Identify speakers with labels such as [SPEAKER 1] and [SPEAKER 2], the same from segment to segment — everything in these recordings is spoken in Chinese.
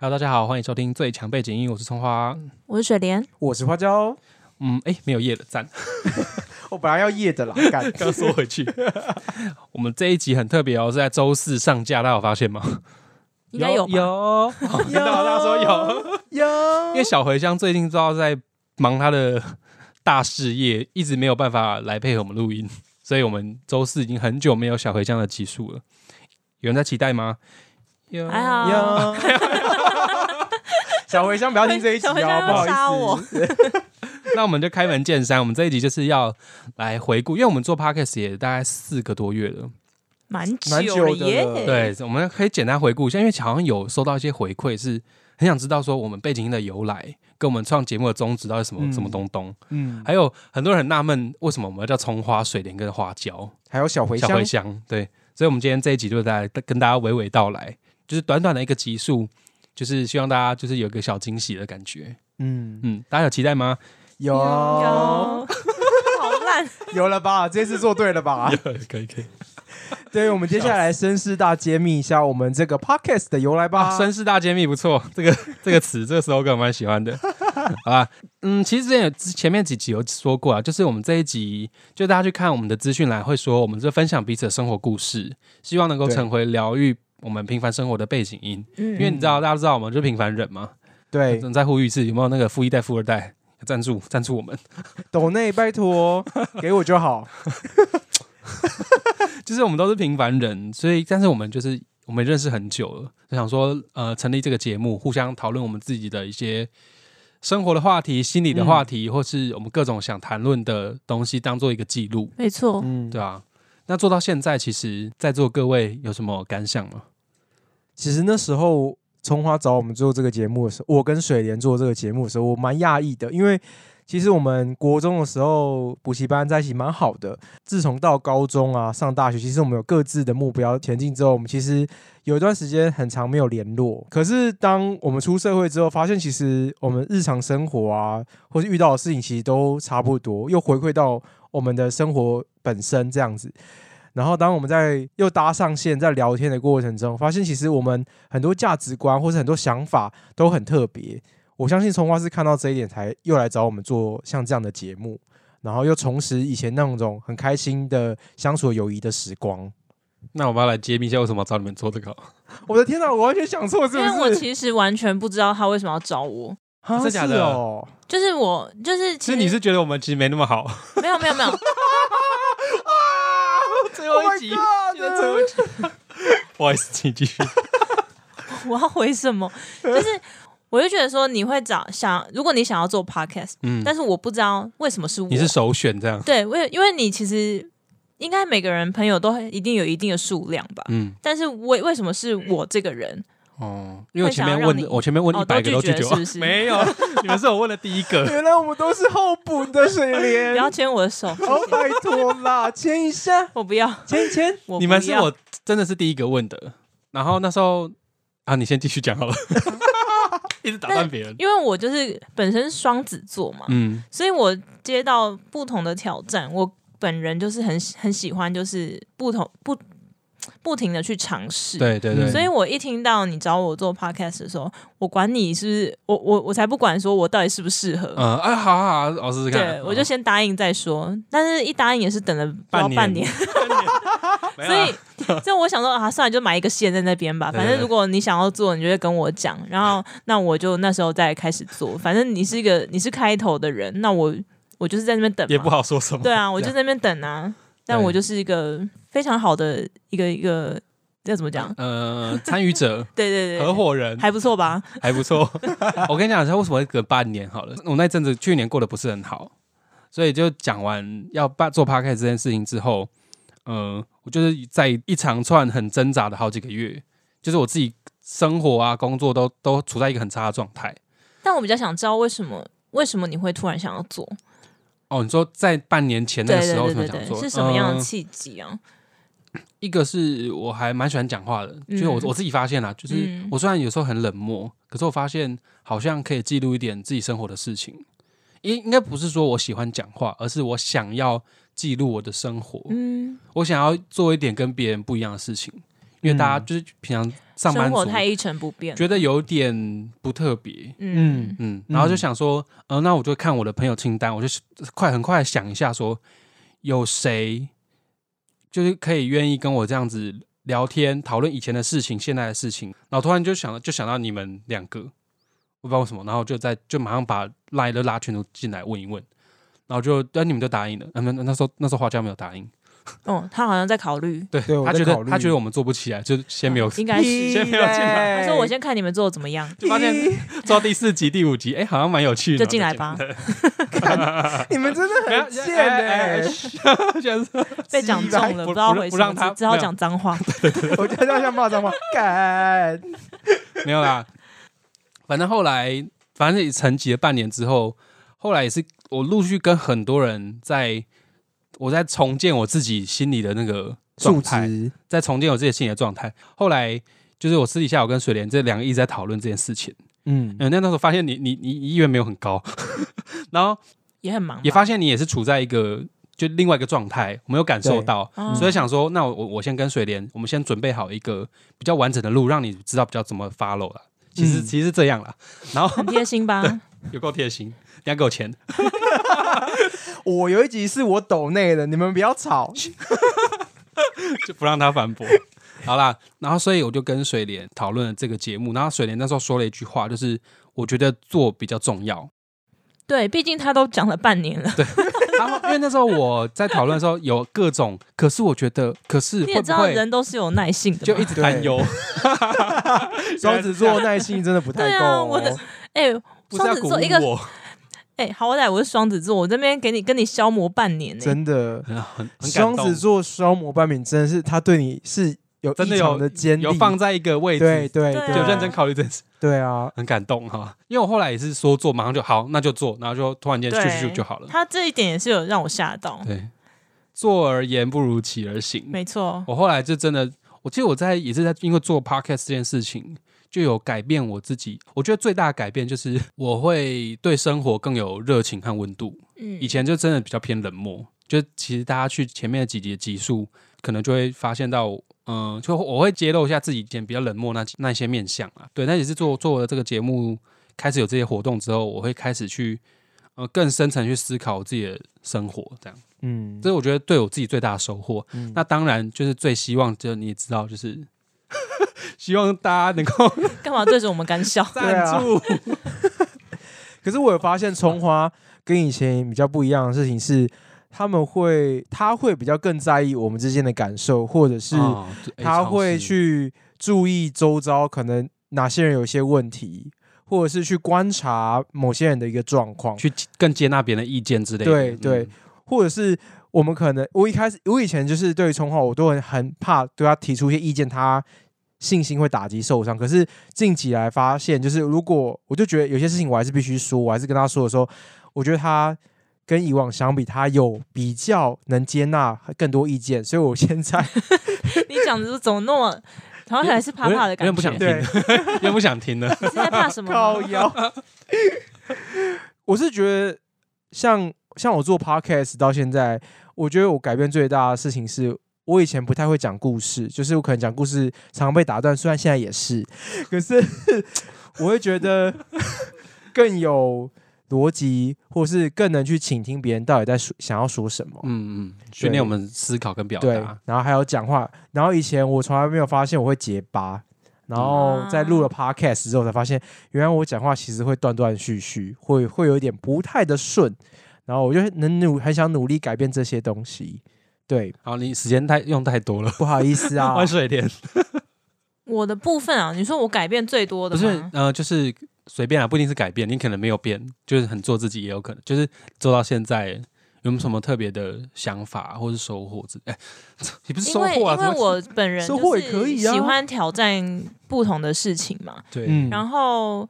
[SPEAKER 1] Hello，大家好，欢迎收听最强背景音，我是葱花。
[SPEAKER 2] 我是水莲，
[SPEAKER 3] 我是花椒，
[SPEAKER 1] 嗯，哎，没有夜了，赞，
[SPEAKER 3] 我本来要 夜的啦，干
[SPEAKER 1] 刚缩回去。 我们这一集很特别哦，是在周四上架，大家有发现吗？
[SPEAKER 2] 应该有吧？
[SPEAKER 1] 有，哦听到大家说有，
[SPEAKER 3] 哟
[SPEAKER 1] 因为小茴香最近不知道在忙他的大事业，一直没有办法来配合我们录音，所以我们周四已经很久没有小茴香的集数了。有人在期待吗？有
[SPEAKER 2] 还 好
[SPEAKER 3] 哟，小茴香不要听这一集
[SPEAKER 2] 小
[SPEAKER 3] 哦，
[SPEAKER 2] 茴香
[SPEAKER 3] 不
[SPEAKER 2] 要
[SPEAKER 3] 好意
[SPEAKER 2] 杀我
[SPEAKER 3] 思，，
[SPEAKER 1] 那我们就开门见山，我们这一集就是要来回顾，因为我们做 podcast 也大概四个多月了，
[SPEAKER 2] 蛮
[SPEAKER 3] 蛮
[SPEAKER 2] 久
[SPEAKER 3] 久
[SPEAKER 2] 了
[SPEAKER 3] 的
[SPEAKER 2] 耶。
[SPEAKER 3] 了
[SPEAKER 1] 对，我们可以简单回顾一下，因为好像有收到一些回馈，是很想知道说我们背景音的由来，跟我们创节目的宗旨到底是什么、
[SPEAKER 3] 嗯
[SPEAKER 1] 什么东东，
[SPEAKER 3] 嗯，
[SPEAKER 1] 还有很多人很纳闷为什么我们要叫葱花、水莲跟花椒、
[SPEAKER 3] 还有小茴
[SPEAKER 1] 小茴
[SPEAKER 3] 香，
[SPEAKER 1] 香，对，所以我们今天这一集就大家跟大家娓娓道来，就是短短的一个集数。就是希望大家就是有一个小惊喜的感觉，
[SPEAKER 3] 嗯，
[SPEAKER 1] 嗯，大家有期待吗？
[SPEAKER 3] 有
[SPEAKER 2] 有 好烂，
[SPEAKER 3] 有了吧？这次做对 了吧？
[SPEAKER 1] 可以可以
[SPEAKER 3] 对，我们接下来绅士大揭秘一下我们这个 podcast 的由来吧。
[SPEAKER 1] 啊，绅士大揭秘不错， 这个这个词，这个 slogan 我蛮喜欢的， 好吧？嗯，其实之前有前面几集有说过啊，就是我们这一集，就大家去看我们的资讯栏，会说我们是分享彼此的生活故事，希望能够
[SPEAKER 3] 对
[SPEAKER 1] 成为疗愈我们平凡生活的背景音。因为
[SPEAKER 2] 嗯，
[SPEAKER 1] 你知道，大家都知道我们就是平凡人嘛。
[SPEAKER 3] 对，
[SPEAKER 1] 你再呼吁一次，有没有那个富一代、富二代赞助赞助我们？
[SPEAKER 3] 抖内拜 托给我就好。
[SPEAKER 1] 就是我们都是平凡人，所以但是我们就是我们认识很久了，就想说呃成立这个节目，互相讨论我们自己的一些生活的话题、心理的话题，或是我们各种想谈论的东西，当做一个记录，
[SPEAKER 2] 没错，
[SPEAKER 3] 嗯，
[SPEAKER 1] 对啊。那做到现在，其实在座各位有什么感想吗？
[SPEAKER 3] 其实那时候葱花找我们做这个节目的时候，我跟水莲做这个节目的时候，我蛮讶异的，因为其实我们国中的时候补习班在一起蛮好的，自从到高中啊上大学，其实我们有各自的目标前进之后，我们其实有一段时间很长没有联络。可是当我们出社会之后，发现其实我们日常生活啊，或是遇到的事情其实都差不多，又回馈到我们的生活本身这样子。然后，当我们在又搭上线，在聊天的过程中，发现其实我们很多价值观或是很多想法都很特别。我相信葱花是看到这一点，才又来找我们做像这样的节目，然后又重拾以前那种很开心的相处友谊的时光。
[SPEAKER 1] 那我们要来揭秘一下为什么要找你们做这个好了，
[SPEAKER 3] 我的天哪，我完全想错，是
[SPEAKER 2] 因为
[SPEAKER 3] 不
[SPEAKER 2] 啊我
[SPEAKER 3] 是？
[SPEAKER 2] 其实完全不知道他为什么要找我，
[SPEAKER 3] 啊
[SPEAKER 1] 真的假的
[SPEAKER 3] 是哦，
[SPEAKER 2] 就是我就是
[SPEAKER 1] 其
[SPEAKER 2] 其
[SPEAKER 1] 实
[SPEAKER 2] 实
[SPEAKER 1] 你是觉得我们其实没那么 好，
[SPEAKER 2] 没有没有没有，
[SPEAKER 1] 最
[SPEAKER 3] Oh my
[SPEAKER 1] 记得最后一集，不好意思，请继续。
[SPEAKER 2] 我要回什么？就是我就觉得说你会找想，如果你想要做 podcast，
[SPEAKER 1] 嗯，
[SPEAKER 2] 但是我不知道为什么是我，
[SPEAKER 1] 你是首选这样，
[SPEAKER 2] 对，因为因为你其实应该每个人朋友都会一定有一定的数量吧，
[SPEAKER 1] 嗯，
[SPEAKER 2] 但是为为什么是我这个人？
[SPEAKER 1] 哦，因为我
[SPEAKER 2] 会
[SPEAKER 1] 前
[SPEAKER 2] 想
[SPEAKER 1] 面
[SPEAKER 2] 要让
[SPEAKER 1] 问
[SPEAKER 2] 你，
[SPEAKER 1] 我前面问
[SPEAKER 2] 哦
[SPEAKER 1] 一百个
[SPEAKER 2] 都
[SPEAKER 1] 拒
[SPEAKER 2] 拒
[SPEAKER 1] 绝
[SPEAKER 2] 绝
[SPEAKER 1] 我，
[SPEAKER 2] 是不是
[SPEAKER 1] 没 有，你们是我问的第一个。
[SPEAKER 3] 原来我们都是候补的 水
[SPEAKER 2] 不
[SPEAKER 3] 莲
[SPEAKER 2] 要，牵我的手，谢
[SPEAKER 3] 嗯哦，
[SPEAKER 2] 谢
[SPEAKER 3] 拜托啦，签一下，
[SPEAKER 2] 我不要，
[SPEAKER 3] 签一签。
[SPEAKER 2] 我不
[SPEAKER 1] 你们是
[SPEAKER 2] 要
[SPEAKER 1] 我真的是第一个问的。然后那时候啊，你先继续讲 好了，一直打断别人。
[SPEAKER 2] 因为我就是本身是双子座嘛，
[SPEAKER 1] 嗯
[SPEAKER 2] 所以我接到不同的挑战，我本人就是很很喜欢，就是不同不不停的去尝试。，
[SPEAKER 1] 对对对，
[SPEAKER 2] 所以我一听到你找我做 podcast 的时候，我管你是不是我我我才不管说我到底适不适合。
[SPEAKER 1] 嗯啊，好好好，我试试看。
[SPEAKER 2] 对，
[SPEAKER 1] 嗯
[SPEAKER 2] 我就先答应再说，但是一答应也是等了不知
[SPEAKER 1] 半
[SPEAKER 2] 道
[SPEAKER 1] 年
[SPEAKER 2] 半年，
[SPEAKER 1] 没有啊
[SPEAKER 2] 所以， 所以我想说啊，算了，就埋一个线在那边吧。
[SPEAKER 1] 对
[SPEAKER 2] 反正如果你想要做，你就会跟我讲，然后那我就那时候再开始做。反正你是一个你是开头的人，那我我就是在那边等嘛，
[SPEAKER 1] 也不好说什么。
[SPEAKER 2] 对啊，我
[SPEAKER 1] 这
[SPEAKER 2] 就
[SPEAKER 1] 样
[SPEAKER 2] 在那边等啊。但
[SPEAKER 1] 对
[SPEAKER 2] 我就是一个非常好的一个一个要怎么讲？
[SPEAKER 1] 呃，参与者
[SPEAKER 2] 对 对对，
[SPEAKER 1] 合伙人
[SPEAKER 2] 还不错吧？
[SPEAKER 1] 还不错。 我跟你讲，他为什么会隔半年好了？我那阵子去年过得不是很好，所以就讲完要办做 p a 这件事情之后，呃，我就是在一长串很挣扎的好几个月，就是我自己生活啊、工作都都处在一个很差的状态。
[SPEAKER 2] 但我比较想知道为什么为什么你会突然想要做？
[SPEAKER 1] 哦，你说在半年前那
[SPEAKER 2] 对
[SPEAKER 1] 个时
[SPEAKER 2] 对
[SPEAKER 1] 候
[SPEAKER 2] 对
[SPEAKER 1] 才
[SPEAKER 2] 对
[SPEAKER 1] 想
[SPEAKER 2] 对，
[SPEAKER 1] 做，
[SPEAKER 2] 是什么样的
[SPEAKER 1] 呃
[SPEAKER 2] 契机啊？
[SPEAKER 1] 一个是我还蛮喜欢讲话的，就是我
[SPEAKER 2] 嗯
[SPEAKER 1] 我自己发现啦、就是
[SPEAKER 2] 嗯
[SPEAKER 1] 我虽然有时候很冷漠，可是我发现好像可以记录一点自己生活的事情。应应该不是说我喜欢讲话，而是我想要记录我的生活，
[SPEAKER 2] 嗯，
[SPEAKER 1] 我想要做一点跟别人不一样的事情。因为大家
[SPEAKER 3] 嗯
[SPEAKER 1] 就是平常上班
[SPEAKER 2] 生
[SPEAKER 1] 族
[SPEAKER 2] 活太一成不变了，
[SPEAKER 1] 觉得有点不特别，
[SPEAKER 2] 嗯
[SPEAKER 1] 嗯，
[SPEAKER 3] 嗯
[SPEAKER 1] 然后就想说，呃，那我就看我的朋友清单，我就是快很快地想一下说有谁就是可以愿意跟我这样子聊天讨论以前的事情、现在的事情，然后突然就想到就想到你们两个，我不知道为什么，然后就在就马上把赖的拉群组进来问一问，然后就但你们就答应了，嗯、那那那时候那时候华家没有答应，
[SPEAKER 2] 哦，他好像在考虑，
[SPEAKER 1] 对
[SPEAKER 3] 对我
[SPEAKER 1] 他
[SPEAKER 3] 在
[SPEAKER 1] 觉
[SPEAKER 3] 考
[SPEAKER 1] 得
[SPEAKER 3] 虑嗯
[SPEAKER 1] 他觉得我们做不起来，就先没有。
[SPEAKER 2] 哦应该是。
[SPEAKER 1] 先不要进来
[SPEAKER 2] 他说：“我先看你们做的怎么样，
[SPEAKER 1] 就发现做到第四集、第五集，哎、好像蛮有趣的，
[SPEAKER 2] 就进来吧。
[SPEAKER 3] 你们真的很贱哎、
[SPEAKER 1] 现在是
[SPEAKER 2] 被讲中了，
[SPEAKER 1] 不
[SPEAKER 2] 不知道回
[SPEAKER 1] 不
[SPEAKER 2] 什
[SPEAKER 1] 让
[SPEAKER 2] 么
[SPEAKER 1] 他
[SPEAKER 2] 字，只好讲脏 话。
[SPEAKER 3] 我觉得这样像骂脏话，干。
[SPEAKER 1] 没有啦。反正后来，反正也沉寂了半年之后，后来也是我陆续跟很多人在，我在重建我自己心里的那个状
[SPEAKER 3] 数
[SPEAKER 1] 态，
[SPEAKER 3] 值，
[SPEAKER 1] 在重建我自己心理的状态。后来就是我私底下我跟水莲这两个一直在讨论这件事情。
[SPEAKER 3] 嗯，
[SPEAKER 1] 嗯，那那时候发现你你你你意愿没有很高， 然后
[SPEAKER 2] 也很忙吧，
[SPEAKER 1] 也发现你也是处在一个就另外一个状态，我没有感受
[SPEAKER 3] 对
[SPEAKER 1] 到。
[SPEAKER 2] 哦
[SPEAKER 1] 所以想说，那我我我先跟水莲，我们先准备好一个比较完整的路，让你知道比较怎么 follow 啦。其实、
[SPEAKER 3] 嗯
[SPEAKER 1] 其实是这样啦，然后
[SPEAKER 2] 很贴心吧？
[SPEAKER 1] 有够贴心，你要给我钱，
[SPEAKER 3] 我有一集是我抖内的，你们不要吵。
[SPEAKER 1] 就不让他反驳。好啦，然后所以我就跟水莲讨论了这个节目，然后水莲那时候说了一句话，就是我觉得做比较重要。
[SPEAKER 2] 对，毕竟他都讲了半年了，
[SPEAKER 1] 然后因为那时候我在讨论的时候有各种，可是我觉得，可是
[SPEAKER 2] 你
[SPEAKER 1] 会
[SPEAKER 2] 也
[SPEAKER 1] 不
[SPEAKER 2] 知道
[SPEAKER 1] 会
[SPEAKER 2] 人都是有耐性的
[SPEAKER 1] 就
[SPEAKER 2] 嘛
[SPEAKER 1] 一。直担 忧？
[SPEAKER 3] 双子座耐性真的不太
[SPEAKER 2] 对
[SPEAKER 3] 够、
[SPEAKER 2] 啊我的
[SPEAKER 3] 哦，
[SPEAKER 2] 哎，
[SPEAKER 1] 不是
[SPEAKER 2] 双
[SPEAKER 1] 要
[SPEAKER 2] 子
[SPEAKER 1] 鼓
[SPEAKER 2] 座一个
[SPEAKER 1] 励我，
[SPEAKER 2] 哎，好歹我是双子座，我这边给你跟你消磨半年呢。
[SPEAKER 3] 真的。
[SPEAKER 1] 很很很感
[SPEAKER 3] 双
[SPEAKER 1] 动
[SPEAKER 3] 子座双模半敏真的是他对你是有
[SPEAKER 1] 真的
[SPEAKER 3] 异
[SPEAKER 1] 有
[SPEAKER 3] 常的坚
[SPEAKER 1] 有
[SPEAKER 3] 定，
[SPEAKER 1] 放在一个位置，
[SPEAKER 3] 对对
[SPEAKER 2] 对啊
[SPEAKER 1] 就认真考虑这件事。
[SPEAKER 3] 对啊，
[SPEAKER 1] 很感动哈，因为我后来也是说做，马上就好，那就做，然后就突然间咻咻咻
[SPEAKER 2] 对，
[SPEAKER 1] 就好了。
[SPEAKER 2] 他这一点也是有让我吓到，
[SPEAKER 1] 对，坐而言不如起而行。
[SPEAKER 2] 没错，
[SPEAKER 1] 我后来就真的，我记得我在也是在因为做 podcast 这件事情，就有改变我自己。我觉得最大的改变就是我会对生活更有热情和温度。
[SPEAKER 2] 嗯
[SPEAKER 1] 以，前就真的比较偏冷漠，就其实大家去前面的几集的集数，可能就会发现到，嗯、就我会揭露一下自己以前比较冷漠那那些面相啊。对，那也是做做了这个节目，开始有这些活动之后，我会开始去呃更深层去思考我自己的生活，这样，
[SPEAKER 3] 嗯
[SPEAKER 1] 这，是我觉得对我自己最大的收获。
[SPEAKER 3] 嗯
[SPEAKER 1] 那当然就是最希望，就你也知道，就是 希望大家能够
[SPEAKER 2] 干嘛对着我们干笑？
[SPEAKER 3] 对啊
[SPEAKER 1] 赞助。
[SPEAKER 3] 可是我有发现葱花跟以前比较不一样的事情是，他们会他会比较更在意我们之间的感受，或者是
[SPEAKER 1] 哦哎
[SPEAKER 3] 他
[SPEAKER 1] 超
[SPEAKER 3] 会
[SPEAKER 1] 市
[SPEAKER 3] 去注意周遭可能哪些人有一些问题，或者是去观察某些人的一个状况。
[SPEAKER 1] 去更接纳别人的意见之类的。
[SPEAKER 3] 对
[SPEAKER 1] 嗯
[SPEAKER 3] 对或者是我们可能，我一开始我以前就是对于葱花，我都很很怕对他提出一些意见，他信心会打击受伤。可是近几来发现，就是如果我就觉得有些事情我还是必须说，我还是跟他说的时候，我觉得他。跟以往相比，他有比较能接纳更多意见，所以我 现在
[SPEAKER 2] 你讲的是怎么那么，好像还是怕怕的
[SPEAKER 1] 有
[SPEAKER 2] 感
[SPEAKER 1] 点不想
[SPEAKER 2] 觉。
[SPEAKER 1] 听，因为不想听了。
[SPEAKER 2] 你是在怕什么
[SPEAKER 3] 靠
[SPEAKER 2] 吗？
[SPEAKER 3] 腰。 我是觉得像像我做 podcast 到现在，我觉得我改变最大的事情是。我以前不太会讲故事，就是我可能讲故事常常被打断，虽然现在也是，可是 我会觉得更有逻辑，或是更能去倾听别人到底在说想要说什么。
[SPEAKER 1] 嗯嗯，训练我们思考跟表
[SPEAKER 3] 对
[SPEAKER 1] 达。，
[SPEAKER 3] 然后还有讲话，然后以前我从来没有发现我会结巴，然后在录了
[SPEAKER 1] 啊
[SPEAKER 3] podcast 之后才发现，原来我讲话其实会断断续续，会会有一点不太的顺，然后我就能努很想努力改变这些东西。对，
[SPEAKER 1] 好，你时间太用太多了。
[SPEAKER 3] 不好意 思啊，
[SPEAKER 1] 万水莲
[SPEAKER 2] 我的部分啊，你说我改变最多的
[SPEAKER 1] 不
[SPEAKER 2] 吗
[SPEAKER 1] 是呃，就是随便啊，不一定是改变，你可能没有变，就是很做自己也有可能，就是做到现在有没有什么特别的想法或是收获之？哎， 也不是
[SPEAKER 2] 因
[SPEAKER 1] 收
[SPEAKER 2] 为
[SPEAKER 1] 获啊，
[SPEAKER 2] 因为
[SPEAKER 1] 怎么
[SPEAKER 2] 我本人
[SPEAKER 3] 收
[SPEAKER 2] 就
[SPEAKER 3] 获也
[SPEAKER 2] 是
[SPEAKER 3] 可以啊
[SPEAKER 2] 喜欢挑战不同的事情嘛，
[SPEAKER 1] 对，
[SPEAKER 3] 嗯，
[SPEAKER 2] 然后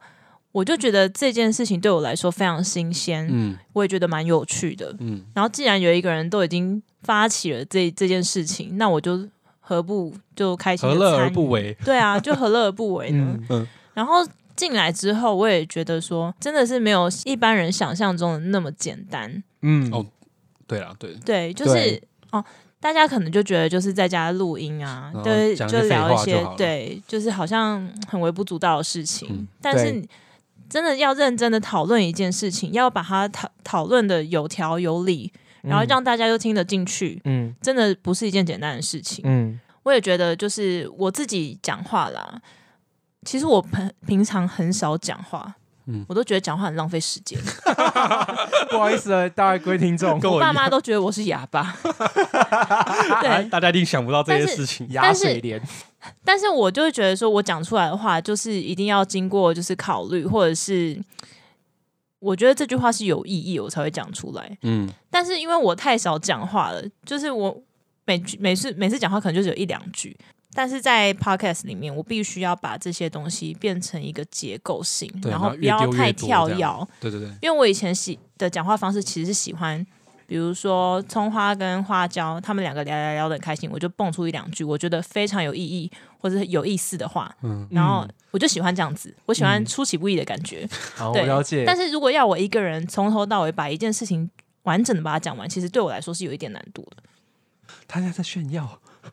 [SPEAKER 2] 我就觉得这件事情对我来说非常新鲜，
[SPEAKER 1] 嗯
[SPEAKER 2] 我也觉得蛮有趣的。
[SPEAKER 1] 嗯，
[SPEAKER 2] 然后既然有一个人都已经发起了这这件事情，那我就何不就开心
[SPEAKER 1] 何
[SPEAKER 2] 地
[SPEAKER 1] 乐
[SPEAKER 2] 参
[SPEAKER 1] 而
[SPEAKER 2] 与
[SPEAKER 1] 不？为？
[SPEAKER 2] 对啊，就何乐而不为呢？
[SPEAKER 3] 嗯
[SPEAKER 2] 然后进来之后，我也觉得说，真的是没有一般人想象中的那么简单。
[SPEAKER 3] 嗯
[SPEAKER 1] 哦对啦，对，
[SPEAKER 2] 对，就是
[SPEAKER 3] 对
[SPEAKER 2] 哦，大家可能就觉得就是在家录音啊，
[SPEAKER 1] 然后
[SPEAKER 2] 对，
[SPEAKER 1] 哦讲一
[SPEAKER 2] 就
[SPEAKER 1] 些废
[SPEAKER 2] 聊一
[SPEAKER 1] 话就
[SPEAKER 2] 些
[SPEAKER 1] 好了
[SPEAKER 2] 对，就是好像很微不足道的事情。
[SPEAKER 1] 嗯
[SPEAKER 2] 但是
[SPEAKER 3] 对
[SPEAKER 2] 你真的要认真的讨论一件事情，要把它讨讨论的有条有理，然
[SPEAKER 1] 嗯
[SPEAKER 2] 后让大家都听得进去，
[SPEAKER 3] 嗯
[SPEAKER 2] 真的不是一件简单的事情。
[SPEAKER 3] 嗯
[SPEAKER 2] 我也觉得，就是我自己讲话啦，其实我平平常很少讲话，
[SPEAKER 1] 嗯
[SPEAKER 2] 我都觉得讲话很浪费时间。
[SPEAKER 3] 嗯，不好意思，大家各位听众，
[SPEAKER 1] 跟我
[SPEAKER 2] 我
[SPEAKER 1] 一
[SPEAKER 2] 爸
[SPEAKER 1] 样，
[SPEAKER 2] 妈都觉得我是哑巴，对，
[SPEAKER 1] 大家一定想不到这
[SPEAKER 2] 但
[SPEAKER 1] 些
[SPEAKER 2] 是
[SPEAKER 1] 事情。
[SPEAKER 3] 牙水连，
[SPEAKER 2] 但是我就会觉得说，我讲出来的话，就是一定要经过就是考虑，或者是我觉得这句话是有意义，我才会讲出来。
[SPEAKER 1] 嗯，
[SPEAKER 2] 但是因为我太少讲话了，就是我每句每次每次讲话可能就只有一两句，但是在 podcast 里面，我必须要把这些东西变成一个结构性，
[SPEAKER 1] 对然
[SPEAKER 2] 然
[SPEAKER 1] 后
[SPEAKER 2] 后不
[SPEAKER 1] 越
[SPEAKER 2] 要
[SPEAKER 1] 丢越
[SPEAKER 2] 太
[SPEAKER 1] 多
[SPEAKER 2] 跳
[SPEAKER 1] 这样
[SPEAKER 2] 跃。
[SPEAKER 1] 对对对，
[SPEAKER 2] 因为我以前喜的讲话方式其实是喜欢，比如说葱花跟花椒，他们两个聊聊聊得很开心，我就蹦出一两句我觉得非常有意义或者是有意思的话，
[SPEAKER 1] 嗯
[SPEAKER 2] 然后
[SPEAKER 3] 嗯
[SPEAKER 2] 我就喜欢这样子，我喜欢
[SPEAKER 3] 嗯
[SPEAKER 2] 出其不意的感觉。
[SPEAKER 3] 好，我
[SPEAKER 2] 对
[SPEAKER 3] 了
[SPEAKER 1] 嗯
[SPEAKER 3] 解。
[SPEAKER 2] 但是如果要我一个人从头到尾把一件事情完整的把它讲完，其实对我来说是有一点难度的。
[SPEAKER 1] 他现在在炫耀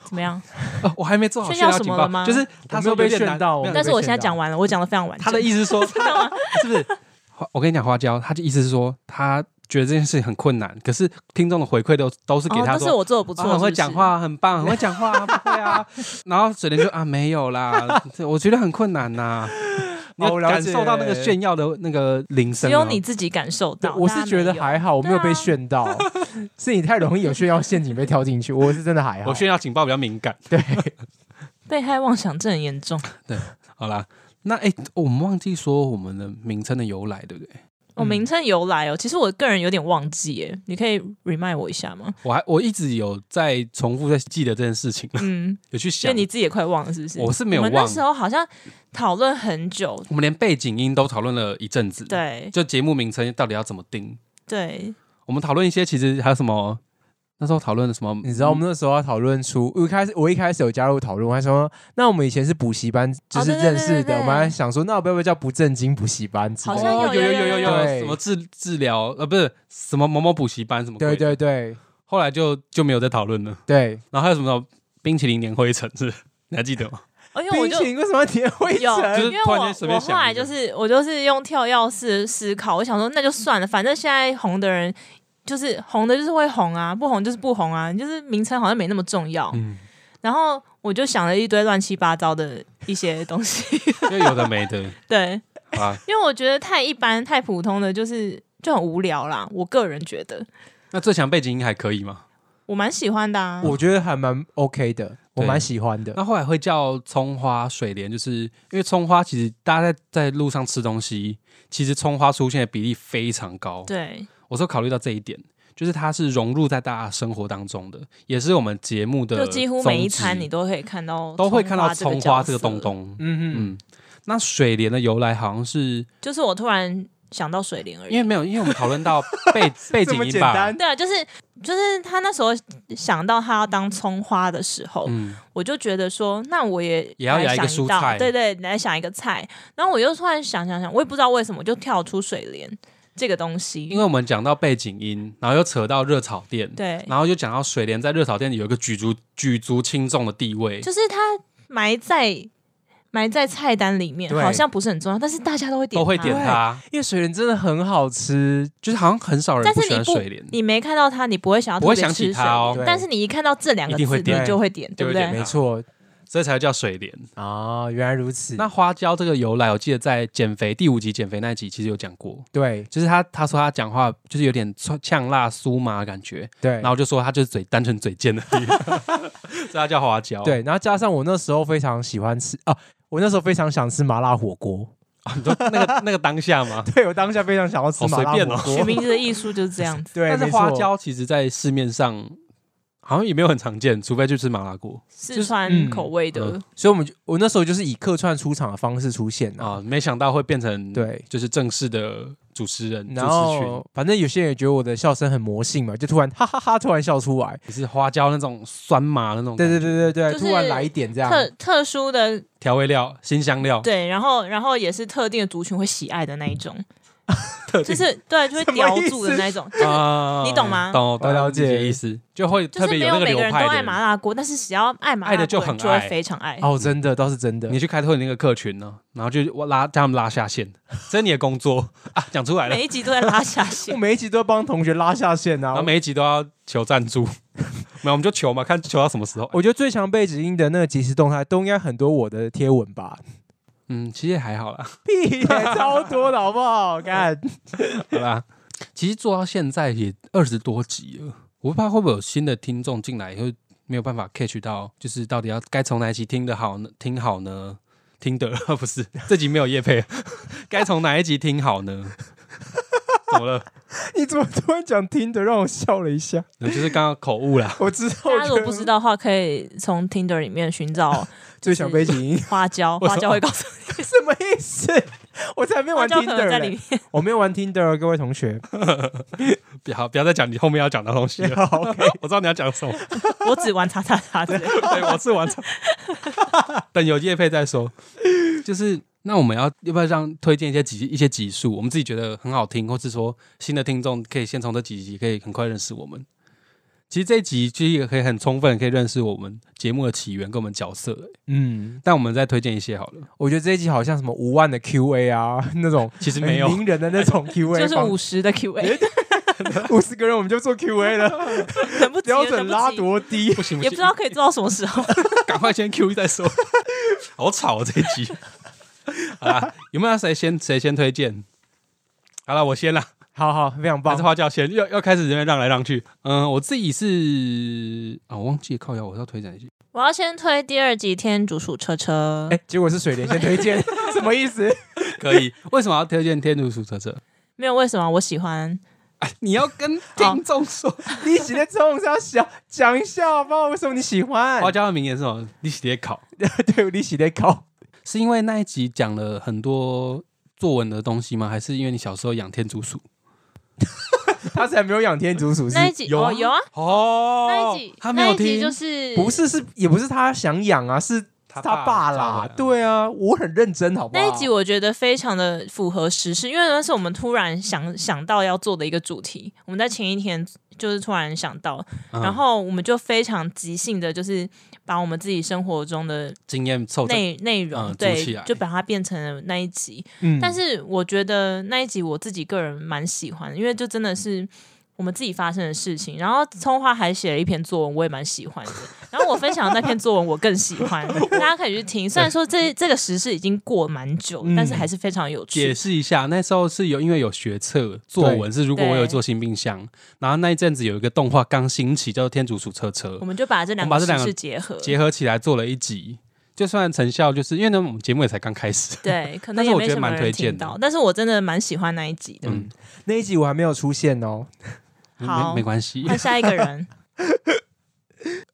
[SPEAKER 2] 怎么样？
[SPEAKER 1] 哦，我还没做好
[SPEAKER 2] 炫耀
[SPEAKER 1] 耀
[SPEAKER 2] 什
[SPEAKER 1] 警
[SPEAKER 2] 么
[SPEAKER 1] 报
[SPEAKER 2] 了吗
[SPEAKER 1] 就是 他说
[SPEAKER 3] 我没有被
[SPEAKER 1] 有点
[SPEAKER 3] 炫
[SPEAKER 1] 难
[SPEAKER 3] 到
[SPEAKER 1] 没有
[SPEAKER 3] 我
[SPEAKER 2] 但是我
[SPEAKER 3] 被
[SPEAKER 2] 现
[SPEAKER 3] 炫
[SPEAKER 2] 在
[SPEAKER 3] 到
[SPEAKER 2] 讲完了，我讲的非常完整。
[SPEAKER 1] 他的意思是 说，
[SPEAKER 2] 道吗
[SPEAKER 1] 是不是？花我跟你讲，花椒，他的意思是说，他觉得这件事情很困难，可是听众的回馈都都是给
[SPEAKER 2] 哦，
[SPEAKER 1] 他
[SPEAKER 2] 都是
[SPEAKER 1] 说。
[SPEAKER 2] 我做的不错，
[SPEAKER 1] 啊，很会
[SPEAKER 2] 是不是
[SPEAKER 1] 讲。话，很棒，很会讲话、啊，不会啊。 然后水莲就啊，没有啦，这我觉得很困难 呐、你
[SPEAKER 3] 哦
[SPEAKER 1] 有
[SPEAKER 3] 我了
[SPEAKER 1] 感
[SPEAKER 3] 解
[SPEAKER 1] 受到那个炫耀的那个铃声
[SPEAKER 2] 只
[SPEAKER 1] 哦，
[SPEAKER 2] 有你自己感受到，
[SPEAKER 3] 我
[SPEAKER 2] 大
[SPEAKER 3] 是
[SPEAKER 2] 家
[SPEAKER 3] 觉得
[SPEAKER 2] 没有
[SPEAKER 3] 还好，我没有
[SPEAKER 2] 对
[SPEAKER 3] 被
[SPEAKER 2] 啊
[SPEAKER 3] 炫到， 是你太容易有炫耀陷阱被跳进去。我是真的还好，
[SPEAKER 1] 我炫耀警报比较敏感。
[SPEAKER 3] 对，
[SPEAKER 2] 被害妄想症很严重。
[SPEAKER 1] 好啦，那哎、我们忘记说我们的名称的由来，对不对？
[SPEAKER 2] 我名
[SPEAKER 1] 嗯
[SPEAKER 2] 称由来哦，其实我个人有点忘记耶，你可以 remind 我一下吗？
[SPEAKER 1] 我还我一直有在重复在记得这件事情，
[SPEAKER 2] 嗯，
[SPEAKER 1] 有去
[SPEAKER 2] 因为
[SPEAKER 1] 想。
[SPEAKER 2] 你自己也快忘了，是不是？
[SPEAKER 1] 我是没有
[SPEAKER 2] 我们那
[SPEAKER 1] 忘
[SPEAKER 2] 时候好像讨论很久，
[SPEAKER 1] 我们连背景音都讨论了一阵子，，
[SPEAKER 2] 对
[SPEAKER 1] 就节目名称到底要怎么定？
[SPEAKER 2] 对，
[SPEAKER 1] 我们讨论一些，其实还有什么？那时候讨论的什么？
[SPEAKER 3] 你知道我们那时候要讨 论出，我一开始我一开始有加入讨论，我还说，那我们以前是补习班，就是
[SPEAKER 2] 哦对对
[SPEAKER 3] 认识
[SPEAKER 2] 对对
[SPEAKER 3] 的，我
[SPEAKER 2] 对
[SPEAKER 3] 们还想说，那我要不要叫不正经补习班之类
[SPEAKER 2] 好
[SPEAKER 3] 的？
[SPEAKER 2] 像
[SPEAKER 1] 哦有
[SPEAKER 2] 有有
[SPEAKER 1] 有
[SPEAKER 2] 有
[SPEAKER 1] 有
[SPEAKER 3] 对
[SPEAKER 1] 什么治治疗呃，不是什么某某补习班什么鬼
[SPEAKER 3] 对
[SPEAKER 1] 的，
[SPEAKER 3] 对对
[SPEAKER 1] 后来就就没有再讨论了。
[SPEAKER 3] 对，
[SPEAKER 1] 然后还有什么冰淇淋粘灰尘是？ 你还记得吗？
[SPEAKER 2] 哦，因为我
[SPEAKER 3] 冰
[SPEAKER 2] 就
[SPEAKER 3] 淇淋为什么要贴灰
[SPEAKER 2] 有，
[SPEAKER 1] 就
[SPEAKER 3] 尘？
[SPEAKER 1] 是
[SPEAKER 2] 因为
[SPEAKER 1] 突然
[SPEAKER 2] 我
[SPEAKER 1] 间随
[SPEAKER 2] 我
[SPEAKER 1] 便
[SPEAKER 2] 后
[SPEAKER 1] 想
[SPEAKER 2] 来
[SPEAKER 1] 一个
[SPEAKER 2] 就是我就是用跳钥匙思考，我想说那就算了，反正现在红的人就是红的，就是会红啊，不红就是不红啊，就是名称好像没那么重要。
[SPEAKER 1] 嗯，
[SPEAKER 2] 然后我就想了一堆乱七八糟的一些东西，
[SPEAKER 1] 就有的没的
[SPEAKER 2] 对。
[SPEAKER 1] 啊。
[SPEAKER 2] 因为我觉得太一般、太普通的就是就很无聊啦。我个人觉得
[SPEAKER 1] 那最强背景音还可以吗？
[SPEAKER 2] 我蛮喜欢的啊。
[SPEAKER 3] 我觉得还蛮 OK 的，我蛮喜欢的。
[SPEAKER 1] 那后来会叫葱花水莲，就是因为葱花其实大家在在路上吃东西，其实葱花出现的比例非常高。
[SPEAKER 2] 对
[SPEAKER 1] 我是有考虑到这一点，就是它是融入在大家生活当中的，也是我们节目的
[SPEAKER 2] 就几乎每一餐
[SPEAKER 1] 宗旨
[SPEAKER 2] 你都可以看到
[SPEAKER 1] 都会看到
[SPEAKER 2] 个
[SPEAKER 1] 葱
[SPEAKER 2] 角
[SPEAKER 1] 花
[SPEAKER 2] 色
[SPEAKER 1] 这个东，东。
[SPEAKER 3] 嗯嗯，
[SPEAKER 1] 嗯，那水莲的由来好像是
[SPEAKER 2] 就是我突然想到水莲而
[SPEAKER 1] 因为
[SPEAKER 2] 已。
[SPEAKER 1] 没有，因为我们讨论到 背背
[SPEAKER 3] 这
[SPEAKER 1] 景
[SPEAKER 3] 么
[SPEAKER 1] 音
[SPEAKER 3] 简
[SPEAKER 1] 吧，
[SPEAKER 3] 单，
[SPEAKER 2] 对啊，就是就是他那时候想到他要当葱花的时候，
[SPEAKER 1] 嗯，
[SPEAKER 2] 我就觉得说，那我也
[SPEAKER 1] 也要
[SPEAKER 2] 来
[SPEAKER 1] 来一个
[SPEAKER 2] 想
[SPEAKER 1] 蔬
[SPEAKER 2] 道
[SPEAKER 1] 菜
[SPEAKER 2] 对对，来想一个菜。然后我又突然想想想，我也不知道为什么就跳出水莲这个东西，
[SPEAKER 1] 因为我们讲到背景音，然后又扯到热炒店，
[SPEAKER 2] 对，
[SPEAKER 1] 然后又讲到水莲在热炒店有一个举足举足轻重的地位，
[SPEAKER 2] 就是它埋在埋在菜单里面，
[SPEAKER 3] 对
[SPEAKER 2] 好像不是很重要，但是大家都会点，
[SPEAKER 1] 都会点。它，
[SPEAKER 3] 因为水莲真的很好吃，
[SPEAKER 1] 就是好像很少人
[SPEAKER 2] 但
[SPEAKER 1] 不
[SPEAKER 2] 是
[SPEAKER 1] 喜
[SPEAKER 2] 你
[SPEAKER 1] 欢
[SPEAKER 2] 不
[SPEAKER 1] 水莲，，
[SPEAKER 2] 你没看到它，你不会想要
[SPEAKER 1] 不
[SPEAKER 2] 特
[SPEAKER 1] 会
[SPEAKER 2] 别
[SPEAKER 1] 想
[SPEAKER 2] 吃
[SPEAKER 1] 起
[SPEAKER 2] 水
[SPEAKER 1] 它哦
[SPEAKER 3] 对，
[SPEAKER 2] 但是你一看到这两个
[SPEAKER 1] 一定会
[SPEAKER 2] 字，
[SPEAKER 1] 点
[SPEAKER 2] 你就会点，
[SPEAKER 1] 就
[SPEAKER 2] 对
[SPEAKER 1] 会
[SPEAKER 2] 不
[SPEAKER 1] 点
[SPEAKER 2] 对
[SPEAKER 1] 它？
[SPEAKER 3] 没错
[SPEAKER 1] 所以才叫水莲。
[SPEAKER 3] 啊，原来如此。
[SPEAKER 1] 那花椒这个由来，我记得在减肥第五集减肥那一集其实有讲过，
[SPEAKER 3] 对
[SPEAKER 1] 就是他他说他讲话就是有点呛呛辣酥麻的感觉，
[SPEAKER 3] 对
[SPEAKER 1] 然，后我就说他就是嘴单纯嘴贱的，所 以他叫花椒。
[SPEAKER 3] 对，然后加上我那时候非常喜欢吃啊，我那时候非常想吃麻辣火锅，
[SPEAKER 1] 啊，你说那 个那个当下嘛，
[SPEAKER 3] 对我当下非常想要吃
[SPEAKER 1] 好
[SPEAKER 3] 麻
[SPEAKER 1] 随
[SPEAKER 3] 辣
[SPEAKER 1] 便
[SPEAKER 3] 火
[SPEAKER 1] 哦
[SPEAKER 3] 锅，
[SPEAKER 2] 取名字的艺术就是这样子，
[SPEAKER 3] 对，
[SPEAKER 1] 但是
[SPEAKER 3] 没
[SPEAKER 1] 花
[SPEAKER 3] 错
[SPEAKER 1] 椒其实在市面上好像也没有很常见，除非去吃麻辣锅
[SPEAKER 2] 四川
[SPEAKER 3] 嗯
[SPEAKER 2] 口味的
[SPEAKER 1] 嗯，
[SPEAKER 3] 所以我们就我那时候就是以客串出场的方式出现啊，
[SPEAKER 1] 啊。没想到会变成
[SPEAKER 3] 对
[SPEAKER 1] 就是正式的主持人、嗯主
[SPEAKER 3] 然
[SPEAKER 1] 持群
[SPEAKER 3] 后，反正有些人也觉得我的笑声很魔性嘛，就突然哈哈哈突然笑出来，
[SPEAKER 1] 也是花椒那种酸麻那种
[SPEAKER 3] 对对对对
[SPEAKER 2] 就是
[SPEAKER 3] 对，突然来一点这
[SPEAKER 1] 啊
[SPEAKER 3] 样，
[SPEAKER 2] 特特殊的，
[SPEAKER 1] 调味料、新香料，
[SPEAKER 2] 对，然后然后也是特定的族群会喜爱的那一种，
[SPEAKER 1] 特
[SPEAKER 2] 就
[SPEAKER 1] 定
[SPEAKER 2] 是对，就会
[SPEAKER 3] 什么
[SPEAKER 2] 叼
[SPEAKER 3] 意
[SPEAKER 2] 住的
[SPEAKER 3] 思
[SPEAKER 2] 那种，
[SPEAKER 1] 啊
[SPEAKER 2] 你懂吗
[SPEAKER 1] 懂，
[SPEAKER 3] 我了解
[SPEAKER 1] 你的意思，就会
[SPEAKER 2] 就
[SPEAKER 1] 特
[SPEAKER 2] 是
[SPEAKER 1] 别
[SPEAKER 2] 没
[SPEAKER 1] 有那个
[SPEAKER 2] 每
[SPEAKER 1] 流
[SPEAKER 2] 个人都
[SPEAKER 1] 派
[SPEAKER 2] 爱麻
[SPEAKER 1] 人。
[SPEAKER 2] 辣锅，但是只要爱麻
[SPEAKER 1] 爱
[SPEAKER 2] 辣
[SPEAKER 1] 的
[SPEAKER 2] 锅，
[SPEAKER 1] 就很
[SPEAKER 2] 就会
[SPEAKER 1] 爱
[SPEAKER 2] 非 常爱。
[SPEAKER 3] 哦，真的倒是真的
[SPEAKER 1] 你，去开拓你那个客群呢、然后就拉将他们拉下线，这是你的工作啊，讲出来了。
[SPEAKER 2] 每一集都在拉下
[SPEAKER 3] 我
[SPEAKER 2] 线，
[SPEAKER 3] 每一集都要帮同学拉下线啊
[SPEAKER 1] 然后。每一集都要求赞助， 没有我们就求嘛，看求到什么时候。
[SPEAKER 3] 我觉得最强被指音的那个即时动态都应该很多我的贴文吧，
[SPEAKER 1] 嗯，其实也还好啦，
[SPEAKER 3] 屁、欸，超多的好不好？看，
[SPEAKER 1] 好啦。其实做到现在也二十多集了，我不怕会不会有新的听众进来，会没有办法 catch 到，就是到底要该从哪一集听的好呢？听好呢？听的 不是这集没有叶配，该从哪一集听好呢？怎么了？
[SPEAKER 3] 你怎么突然讲听的让我笑了一下？
[SPEAKER 1] 我就是刚刚口误啦。
[SPEAKER 3] 我知道，
[SPEAKER 2] 大家如果
[SPEAKER 3] 我觉得
[SPEAKER 2] 不知道的话，可以从 Tinder 里面寻找
[SPEAKER 3] 最强被指 音
[SPEAKER 2] 花椒，
[SPEAKER 1] 我说
[SPEAKER 2] 花椒会告诉
[SPEAKER 3] 什么意思？我才没
[SPEAKER 2] 你，
[SPEAKER 3] 有
[SPEAKER 2] 花
[SPEAKER 3] 玩
[SPEAKER 2] 椒哦可
[SPEAKER 3] Tinder，
[SPEAKER 2] 能在里
[SPEAKER 3] 嘞
[SPEAKER 2] 面。
[SPEAKER 3] 我没有玩 Tinder，各位啊同学。
[SPEAKER 1] 不要不要再讲你后面要讲的东西了。
[SPEAKER 3] 好 OK，
[SPEAKER 1] 我知道你要讲 什么，
[SPEAKER 2] 我只玩叉叉叉之类 的
[SPEAKER 1] 对，我是完成。等有叶配再说。就是那我们要要不要让推荐一些集一些集数，我们自己觉得很好听，或是说新的听众可以先从这几集可以很快认识我们。其实这一集其实也可以很充分，可以认识我们节目的起源跟我们角色、欸
[SPEAKER 3] 嗯，
[SPEAKER 1] 但我们再推荐一些好了，
[SPEAKER 3] 我觉得这一集好像什么五万的 QA 啊， 那种
[SPEAKER 1] 其实
[SPEAKER 3] 很
[SPEAKER 1] 没有，
[SPEAKER 3] 名人的 那种 QA，
[SPEAKER 2] 就是
[SPEAKER 3] 方
[SPEAKER 2] 五十的 Q&A，
[SPEAKER 3] 五十个人我们就做 QA 了，
[SPEAKER 2] 等不及了
[SPEAKER 3] 标准拉，
[SPEAKER 2] 等不
[SPEAKER 3] 多低？
[SPEAKER 1] 不行不
[SPEAKER 2] 及也
[SPEAKER 1] 行，
[SPEAKER 2] 不知道可以做到什么时候。
[SPEAKER 1] 赶快先 Q 再说。 好吵、哦、这一集。好啦，有没有谁先谁先推荐？好了，我先啦，
[SPEAKER 3] 好好，非常
[SPEAKER 1] 还
[SPEAKER 3] 棒
[SPEAKER 1] 是。花轿先，要要开始人让来让去。嗯，我自己是啊，我忘记靠腰，我要推荐一集。
[SPEAKER 2] 我要先推第二集《天竺鼠车车》
[SPEAKER 3] 哎，结果是水莲先推 荐，什么意思？
[SPEAKER 1] 可以， 为什么要推荐《天竺鼠车车》
[SPEAKER 2] 没有为什么我喜欢，
[SPEAKER 1] 啊？你要 跟听众说，
[SPEAKER 3] 你一起在冲上小讲一下好不好？为什么你喜欢
[SPEAKER 2] 哦
[SPEAKER 1] 花？轿的名言是什么？你写考，
[SPEAKER 3] 对，你一起在搞。
[SPEAKER 1] 是因为那一集讲了很多作文的东西吗？还是因为你小时候养天竺鼠？
[SPEAKER 3] 他才没有养天竺鼠，是
[SPEAKER 2] 那一集
[SPEAKER 1] 有啊
[SPEAKER 2] 哦有啊，
[SPEAKER 1] 哦
[SPEAKER 2] 那一集
[SPEAKER 1] 他没
[SPEAKER 2] 那
[SPEAKER 1] 有
[SPEAKER 2] 一集
[SPEAKER 1] 听，
[SPEAKER 2] 就是
[SPEAKER 3] 不是是也不是他想养啊，是
[SPEAKER 1] 他
[SPEAKER 3] 他爸啦。，对啊，我很认真，好不好？
[SPEAKER 2] 那一集我觉得非常的符合时事，因为那是我们突然
[SPEAKER 1] 嗯
[SPEAKER 2] 想想到要做的一个主题。我们在前一天就是突然想到，
[SPEAKER 1] 嗯
[SPEAKER 2] 然后我们就非常即兴的，就是把我们自己生活中的
[SPEAKER 1] 经验凑整
[SPEAKER 2] 内内容，
[SPEAKER 1] 嗯组起
[SPEAKER 2] 对
[SPEAKER 1] 来，
[SPEAKER 2] 就把它变成了那一集。
[SPEAKER 3] 嗯
[SPEAKER 2] 但是我觉得那一集我自己个人蛮喜欢的，因为就真的是我们自己发生的事情。然后葱花还写了一篇作文，我也蛮喜欢的。然后我分享的那篇作文，我更喜 欢，大家可以去听。虽然说这这个时事已经过蛮久，
[SPEAKER 3] 嗯
[SPEAKER 2] 但是还是非常有
[SPEAKER 1] 解
[SPEAKER 2] 趣。
[SPEAKER 1] 释一下，那时候是有因为有学测作文是，如果我有做新冰箱，然后那一阵子有一个动画刚兴起，叫做《天竺鼠车车
[SPEAKER 2] 我》，们就把这两
[SPEAKER 1] 我们把
[SPEAKER 2] 个
[SPEAKER 1] 这两
[SPEAKER 2] 时
[SPEAKER 1] 个
[SPEAKER 2] 事结合，
[SPEAKER 1] 结合起来做了一集。就算成效，就是因为呢，我们节目也才刚开始，
[SPEAKER 2] 对，可
[SPEAKER 1] 但
[SPEAKER 2] 能
[SPEAKER 1] 是
[SPEAKER 2] 也
[SPEAKER 1] 我
[SPEAKER 2] 没
[SPEAKER 1] 觉得
[SPEAKER 2] 什么
[SPEAKER 1] 蛮推
[SPEAKER 2] 人
[SPEAKER 1] 荐
[SPEAKER 2] 听
[SPEAKER 1] 的
[SPEAKER 2] 到，但是我真的蛮喜欢那一集的。
[SPEAKER 1] 嗯，
[SPEAKER 3] 那一集我还没有出现哦。
[SPEAKER 2] 好
[SPEAKER 1] 没没关系
[SPEAKER 2] 那、，下一 个人，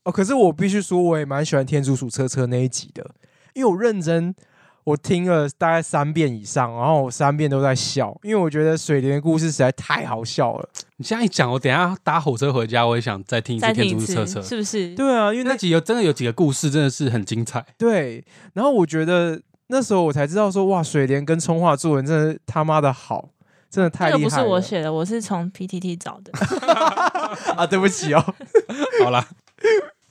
[SPEAKER 3] 哦，可是我必须说，我也蛮喜欢天竺鼠车车那一集的，因为我认真我听了大概三遍以上，然后我三遍都在笑，因为我觉得水莲的故事实在太好笑了。
[SPEAKER 1] 你这样一讲，我等一下搭火车回家，我也想再听一次
[SPEAKER 2] 再
[SPEAKER 1] 《
[SPEAKER 2] 听
[SPEAKER 1] 天
[SPEAKER 2] 一
[SPEAKER 1] 竺鼠
[SPEAKER 2] 次
[SPEAKER 1] 车车》。
[SPEAKER 2] 是不是？
[SPEAKER 3] 对啊，因为
[SPEAKER 1] 那
[SPEAKER 3] 那
[SPEAKER 1] 集有真的有几个故事，真的是很精 彩。
[SPEAKER 3] 对，然后我觉得那时候我才知道说，哇，水莲跟冲化作文真的他妈的好，真的太
[SPEAKER 2] 这个
[SPEAKER 3] 厉
[SPEAKER 2] 不
[SPEAKER 3] 害
[SPEAKER 2] 是我
[SPEAKER 3] 了
[SPEAKER 2] 写的，我是从 PTT 找的。
[SPEAKER 3] 啊！对不 起哦，
[SPEAKER 1] 好啦，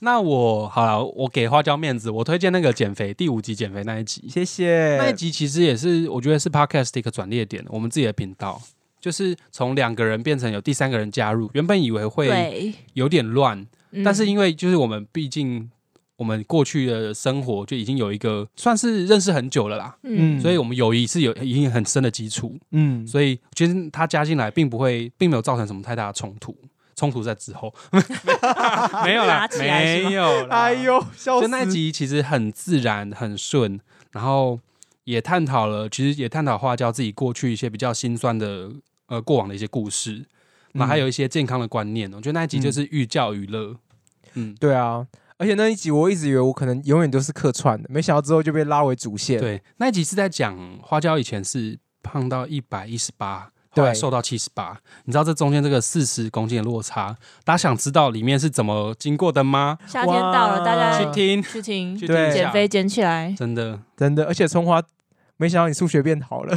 [SPEAKER 1] 那我好啦，我给花椒面子，我推荐那个减肥第五集减肥那一集，
[SPEAKER 3] 谢谢。
[SPEAKER 1] 那一集其实也是我觉得是 podcast 的一个转捩点，我们自己的频道就是从两个人变成有第三个人加入，原本以为会
[SPEAKER 2] 对，
[SPEAKER 1] 有点乱，
[SPEAKER 2] 嗯
[SPEAKER 1] 但是因为就是我们毕竟我们过去的生活就已经有一个算是认识很久了啦，
[SPEAKER 2] 嗯
[SPEAKER 3] 嗯
[SPEAKER 1] 所以我们友谊是有已经很深的基础，
[SPEAKER 3] 嗯，
[SPEAKER 1] 所以其实他加进来并不会，并没有造成什么太大的冲突，冲突在之 后，没有啦
[SPEAKER 2] 拉，起来是吗
[SPEAKER 1] 没有啦，
[SPEAKER 3] 哎呦，笑
[SPEAKER 1] 就
[SPEAKER 3] 死！
[SPEAKER 1] 那一集其实很自然、很顺，然后也探讨了，其实也探讨花椒自己过去一些比较心酸的呃过往的一些故事，
[SPEAKER 3] 嗯
[SPEAKER 1] 那、还有一些健康的观念。我觉得那一集就是寓教于乐，嗯，
[SPEAKER 3] 对啊，而且那一集我一直以为我可能永远都是客串的，没想到之后就被拉为主线。
[SPEAKER 1] 对，那一集是在讲花椒以前是胖到一百一十八。后
[SPEAKER 3] 对
[SPEAKER 1] 来瘦到七十八，你知道这中间这个四十公斤的落差，大家想知道里面是怎么经过的吗？
[SPEAKER 2] 夏天到了，大
[SPEAKER 3] 哇
[SPEAKER 2] 家
[SPEAKER 1] 去听，
[SPEAKER 2] 去听
[SPEAKER 1] 去听
[SPEAKER 3] 对
[SPEAKER 1] 一下
[SPEAKER 2] 减肥，减起来，
[SPEAKER 1] 真的
[SPEAKER 3] 真的，而且葱花，没想到你数学变好 了，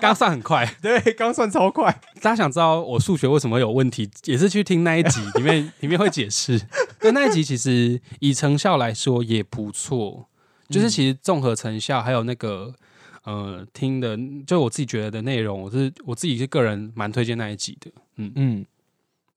[SPEAKER 1] 刚上很快。
[SPEAKER 3] 对，刚算超快。
[SPEAKER 1] 大家想知道我数学为什么有问题，也是去听那一集里 面，里面会解释。那那一集其实以成效来说也不错，就是其实综合成效还有那个呃听的，就我自己觉得的内容，我是我自己是个人蛮推荐那一集的。
[SPEAKER 3] 嗯，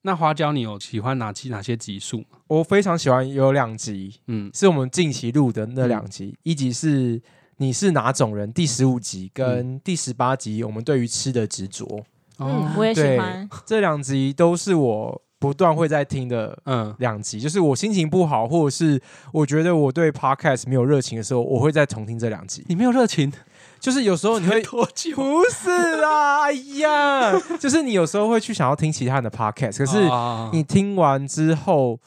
[SPEAKER 1] 那花椒，你有喜欢哪期哪些集数吗？
[SPEAKER 3] 我非常喜欢有两集，
[SPEAKER 1] 嗯，
[SPEAKER 3] 是我们近期录的那两集，一集是你是哪种人第十五集
[SPEAKER 1] 嗯
[SPEAKER 3] 跟第十八集，我们对于吃的执着，
[SPEAKER 1] 哦
[SPEAKER 2] 嗯，我也喜欢。
[SPEAKER 3] 这两集都是我不断会在听的。
[SPEAKER 1] 嗯
[SPEAKER 3] 两集就是我心情不好，或者是我觉得我对 podcast 没有热情的时候，我会再重听这两集。
[SPEAKER 1] 你没有热情，
[SPEAKER 3] 就是有时候你会
[SPEAKER 1] 多久？
[SPEAKER 3] 不是啦，哎呀，就是你有时候会去想要听其他人的 podcast，
[SPEAKER 1] 可
[SPEAKER 3] 可是
[SPEAKER 1] 哦
[SPEAKER 3] 你听完之后，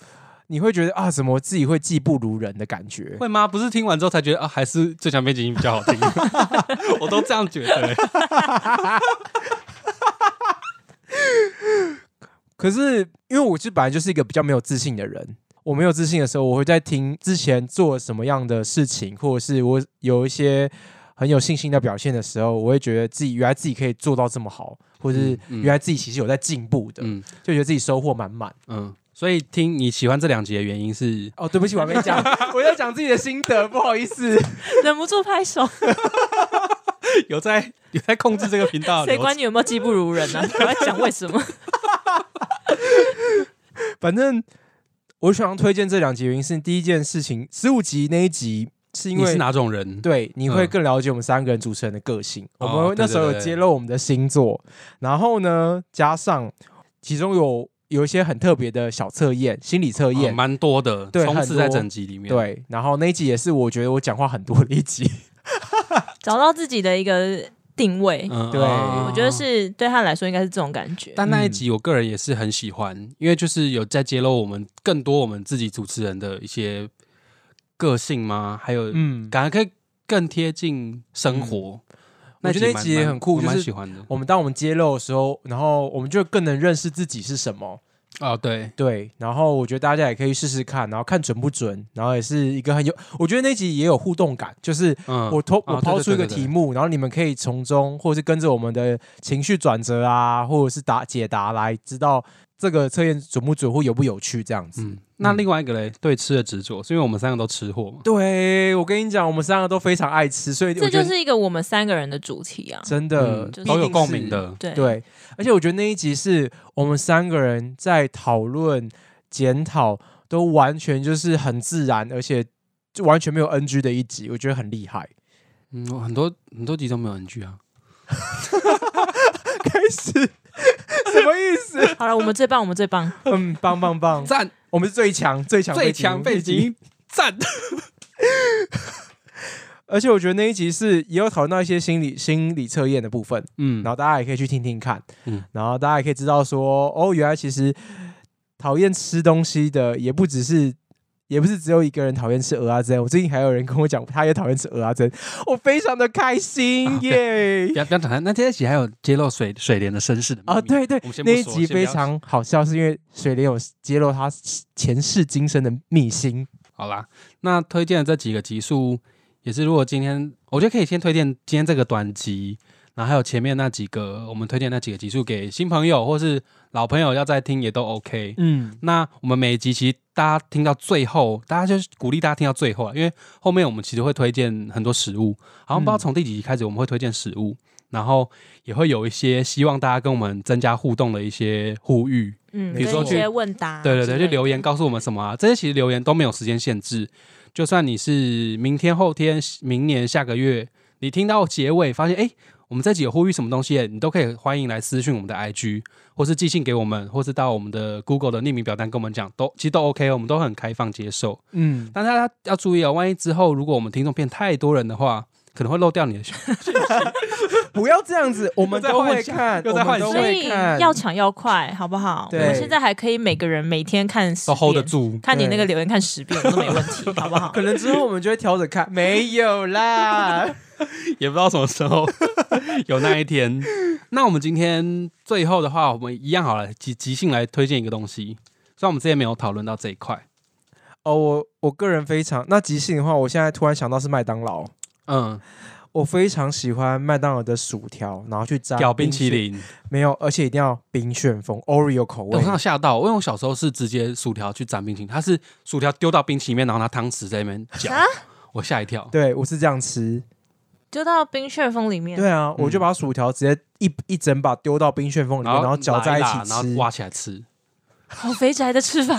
[SPEAKER 3] 你会觉得啊，怎么自己会技不如人的感觉？
[SPEAKER 1] 会吗？不是听完之后才觉得啊，还是最强背景音比较好听， 我都这样觉得、欸。
[SPEAKER 3] 可是因为我是本来就是一个比较没有自信的人，我没有自信的时候，我会在听之前做什么样的事情，或者是我有一些很有信心的表现的时候，我会觉得自己原来自己可以做到这么好，或者是
[SPEAKER 1] 嗯嗯
[SPEAKER 3] 原来自己其实有在进步的，
[SPEAKER 1] 嗯
[SPEAKER 3] 就觉得自己收获满满。
[SPEAKER 1] 嗯，所以听你喜欢这两集的原因是，
[SPEAKER 3] 哦，对不起，我还没讲，我在讲自己的心得，不好意思。
[SPEAKER 2] 忍不住拍手，
[SPEAKER 1] 有在有在控制这个频道的
[SPEAKER 2] 谁
[SPEAKER 1] 流
[SPEAKER 2] 管
[SPEAKER 1] 程，
[SPEAKER 2] 你有没有技不如人呢、啊？我要讲为什么？
[SPEAKER 3] 反正我想要推荐这两集，原因是第一件事情，十五集那一集是因
[SPEAKER 1] 你
[SPEAKER 3] 为
[SPEAKER 1] 是哪种人？，
[SPEAKER 3] 对你会
[SPEAKER 1] 嗯
[SPEAKER 3] 更了解我们三个人主持人的个性。
[SPEAKER 1] 哦
[SPEAKER 3] 我们
[SPEAKER 1] 对
[SPEAKER 3] 那时
[SPEAKER 1] 对
[SPEAKER 3] 候有
[SPEAKER 1] 对
[SPEAKER 3] 揭露我们的星座，然后呢，加上其中有有一些很特别的小测验，心理测
[SPEAKER 1] 也
[SPEAKER 3] 验。
[SPEAKER 1] 哦蛮多的，
[SPEAKER 3] 对
[SPEAKER 1] 充
[SPEAKER 3] 很
[SPEAKER 1] 斥
[SPEAKER 3] 多
[SPEAKER 1] 在整集里面。，
[SPEAKER 3] 对，然后那一集也是我觉得我讲话很多的 一集，
[SPEAKER 2] 找到自己的一个定位，
[SPEAKER 1] 嗯
[SPEAKER 3] 对
[SPEAKER 1] 啊
[SPEAKER 2] 我觉得是对他来说应该是这种感觉。
[SPEAKER 1] 但那一集我个人也是很喜欢，因为就是有在揭露我们更多我们自己主持人的一些个性吗？还有
[SPEAKER 3] 嗯，
[SPEAKER 1] 感觉可以更贴近生活。
[SPEAKER 3] 我觉得那集也
[SPEAKER 1] 蛮
[SPEAKER 3] 很酷
[SPEAKER 1] 嗯我蛮
[SPEAKER 3] 就是
[SPEAKER 1] 喜欢的。
[SPEAKER 3] 我们当我们揭露的时候，然后我们就更能认识自己是什么，
[SPEAKER 1] 哦，对，
[SPEAKER 3] 对，然后我觉得大家也可以试试看，然后看准不准，然后也是一个很有，我觉得那集也有互动感，就是
[SPEAKER 1] 嗯，
[SPEAKER 3] 我抛、
[SPEAKER 1] 啊
[SPEAKER 3] 我抛
[SPEAKER 1] 对对
[SPEAKER 3] 出一个
[SPEAKER 1] 对对
[SPEAKER 3] 题目，然后你们可以从中，或者是跟着我们的情绪转折啊，或者是答解答来知道这个测验准不准或有不有趣这样子。
[SPEAKER 1] 嗯，那另外一个嘞，对吃的执着，是因为我们三个都吃货嘛。
[SPEAKER 3] 对，我跟你讲，我们三个都非常爱吃，所以我
[SPEAKER 2] 这
[SPEAKER 3] 觉
[SPEAKER 2] 就
[SPEAKER 3] 得
[SPEAKER 2] 是一个我们三个人的主题啊。
[SPEAKER 3] 真的、
[SPEAKER 1] 嗯
[SPEAKER 2] 就是
[SPEAKER 1] 都有共鸣
[SPEAKER 3] 的。
[SPEAKER 1] 的，
[SPEAKER 2] 对，
[SPEAKER 3] 对，而且我觉得那一集是我们三个人在讨论、检讨，都完全就是很自然，而且就完全没有 NG 的一集，我觉得很 厉害。
[SPEAKER 1] 嗯，我很多很多集都没有 NG 啊，
[SPEAKER 3] 开始什么意思？
[SPEAKER 2] 好了，我们最棒，我们最棒。
[SPEAKER 3] 嗯，棒棒棒，
[SPEAKER 1] 赞，
[SPEAKER 3] 我们是最强、最强、
[SPEAKER 1] 最强背景。音，赞，
[SPEAKER 3] 而且我觉得那一集是也有讨论到一些心理心理测验的部分，
[SPEAKER 1] 嗯
[SPEAKER 3] 然，后大家也可以去听听看，
[SPEAKER 1] 嗯
[SPEAKER 3] 然后大家也可以知道说，哦，原来其实讨厌吃东西的也不只是。也不是只有一个人讨厌吃鹅阿珍，我最近还有人跟我讲，他也讨厌吃鹅 阿珍，我非常的开心
[SPEAKER 1] 啊
[SPEAKER 3] 耶
[SPEAKER 1] 不！要不要讲了。那这一集还有揭露水水莲的身世的秘密
[SPEAKER 3] 啊，，对对
[SPEAKER 1] 我们，先不
[SPEAKER 3] 那一
[SPEAKER 1] 说
[SPEAKER 3] 集
[SPEAKER 1] 先不
[SPEAKER 3] 非
[SPEAKER 1] 要
[SPEAKER 3] 常好笑，是因为水莲有揭露他前世今生的秘辛。
[SPEAKER 1] 好啦，那推荐的这几个集数也是，如果今天我觉得可以先推荐今天这个短集，然后还有前面那几个我们推荐那几个集数给新朋友或是老朋友要再听也都 OK。
[SPEAKER 3] 嗯，
[SPEAKER 1] 那我们每一集其实大家听到最后，大家就是鼓励大家听到最后啊，因为后面我们其实会推荐很多食物，好像不知道从第几集开始我们会推荐食物，然后也会有一些希望大家跟我们增加互动的一些呼吁，
[SPEAKER 2] 嗯，
[SPEAKER 1] 比如说
[SPEAKER 2] 跟一
[SPEAKER 1] 去
[SPEAKER 2] 些问答，
[SPEAKER 1] 对对对，就留言。告诉我们什么啊？这些其实留言都没有时间限制，就算你是明天、后天、明年、下个月，你听到结尾发现哎。诶我们这集有呼吁什么东西，你都可以欢迎来私讯我们的 IG，或是寄信给我们，或是到我们的 Google 的匿名表单跟我们讲，都其实都 OK，我们都很开放接受。
[SPEAKER 3] 嗯，
[SPEAKER 1] 但大家要注意哦，万一之后如果我们听众变太多人的话，可能会漏掉你的讯息。
[SPEAKER 3] 不要这样子，我 们
[SPEAKER 1] 又在
[SPEAKER 3] 都会
[SPEAKER 1] 幻想
[SPEAKER 3] 看，
[SPEAKER 1] 又在
[SPEAKER 3] 我们
[SPEAKER 1] 幻
[SPEAKER 3] 都
[SPEAKER 1] 想
[SPEAKER 2] 所
[SPEAKER 3] 会
[SPEAKER 2] 以
[SPEAKER 3] 看。
[SPEAKER 2] 要抢要快，好不好？我
[SPEAKER 3] 对
[SPEAKER 2] 们现在还可以每个人每天看十
[SPEAKER 1] 都
[SPEAKER 2] 遍
[SPEAKER 1] hold 得，住。
[SPEAKER 2] 看你那个留言看十遍我都没问 题，好不好
[SPEAKER 3] 可？能之后我们就会调整看，没有 啦。
[SPEAKER 1] 也不知道什么时候 有那一天。那我们今天最后的话，我们一样好了，即即兴来推荐一个东西。虽然我们之前没有讨论到这一块，
[SPEAKER 3] 哦，我我个人非常那即兴的话，我现在突然想到是麦当劳。
[SPEAKER 1] 嗯，
[SPEAKER 3] 我非常喜欢麦当劳的薯条，然后去沾
[SPEAKER 1] 咬冰淇，
[SPEAKER 3] 淇
[SPEAKER 1] 淋，
[SPEAKER 3] 没有，而且一定要冰旋风 Oreo 口
[SPEAKER 1] 对
[SPEAKER 3] 味
[SPEAKER 1] 我。刚吓到，因为我小时候是直接薯条去沾冰淇淋，它是薯条丢到冰淇淋里面，然后拿汤匙在那边搅
[SPEAKER 2] 啊，
[SPEAKER 1] 我吓一跳。
[SPEAKER 3] 对，我是这样吃。
[SPEAKER 2] 丢到冰旋风里面。
[SPEAKER 3] 对啊，我就把薯条直接一一整把丢到冰旋风里面，然后搅在一
[SPEAKER 1] 拉
[SPEAKER 3] 起
[SPEAKER 1] 拉然后
[SPEAKER 3] 吃，
[SPEAKER 1] 挖起来吃，
[SPEAKER 2] 好肥宅的吃法，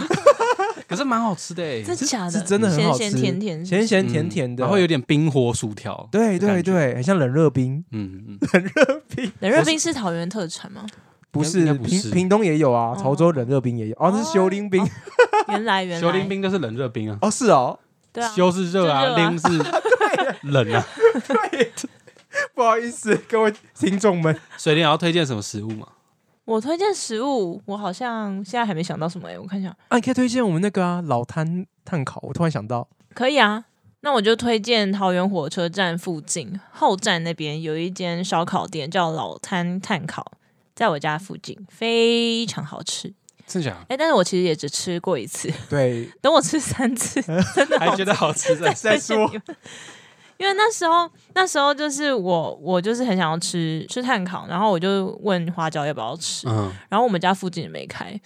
[SPEAKER 1] 可是蛮好吃的欸，
[SPEAKER 2] 真的假的？
[SPEAKER 3] 是真的很好吃
[SPEAKER 2] 咸咸甜甜，
[SPEAKER 3] 咸咸
[SPEAKER 1] 嗯
[SPEAKER 3] 甜甜的，
[SPEAKER 1] 然后有点冰火薯条。
[SPEAKER 3] 对
[SPEAKER 1] 的感
[SPEAKER 3] 对
[SPEAKER 1] 觉
[SPEAKER 3] 对，很像冷热冰，
[SPEAKER 1] 嗯，嗯，
[SPEAKER 2] 冷热冰是桃园特产吗？
[SPEAKER 3] 不
[SPEAKER 1] 应该
[SPEAKER 3] 是
[SPEAKER 1] 不
[SPEAKER 3] 屏
[SPEAKER 1] 是
[SPEAKER 3] 屏东也有啊，
[SPEAKER 2] 哦
[SPEAKER 3] 潮州冷热冰也有，哦，那是修linh冰，
[SPEAKER 2] 原来
[SPEAKER 1] 嗯
[SPEAKER 2] 原来，
[SPEAKER 1] 修林冰就是冷热冰啊，
[SPEAKER 3] 哦是哦，
[SPEAKER 2] 对啊，
[SPEAKER 1] 修是热啊，
[SPEAKER 2] 就热啊
[SPEAKER 1] 冰是 冷啊。
[SPEAKER 3] 不好意思，各位听众们，
[SPEAKER 1] 水莲要推荐什么食物吗？
[SPEAKER 2] 我推荐食物，我好像现在还没想到什么哎、我看一下，
[SPEAKER 3] 啊，你可以推荐我们那个啊老摊炭烤，我突然想到，
[SPEAKER 2] 可以啊。那我就推荐桃园火车站附近后站那边有一间烧烤店，叫老摊炭烤，在我家附近，非常好吃。
[SPEAKER 1] 真假？
[SPEAKER 2] 哎、但是我其实也只吃过一次，
[SPEAKER 3] 对，，
[SPEAKER 2] 等我吃三次
[SPEAKER 1] 还觉得好吃的
[SPEAKER 3] 再
[SPEAKER 2] 谢
[SPEAKER 3] 说
[SPEAKER 2] 谢你们因为那时候，那时候就是我，我就是很想要吃吃炭烤，然后我就问花椒要不要吃，
[SPEAKER 1] 嗯，
[SPEAKER 2] 然后我们家附近也没开，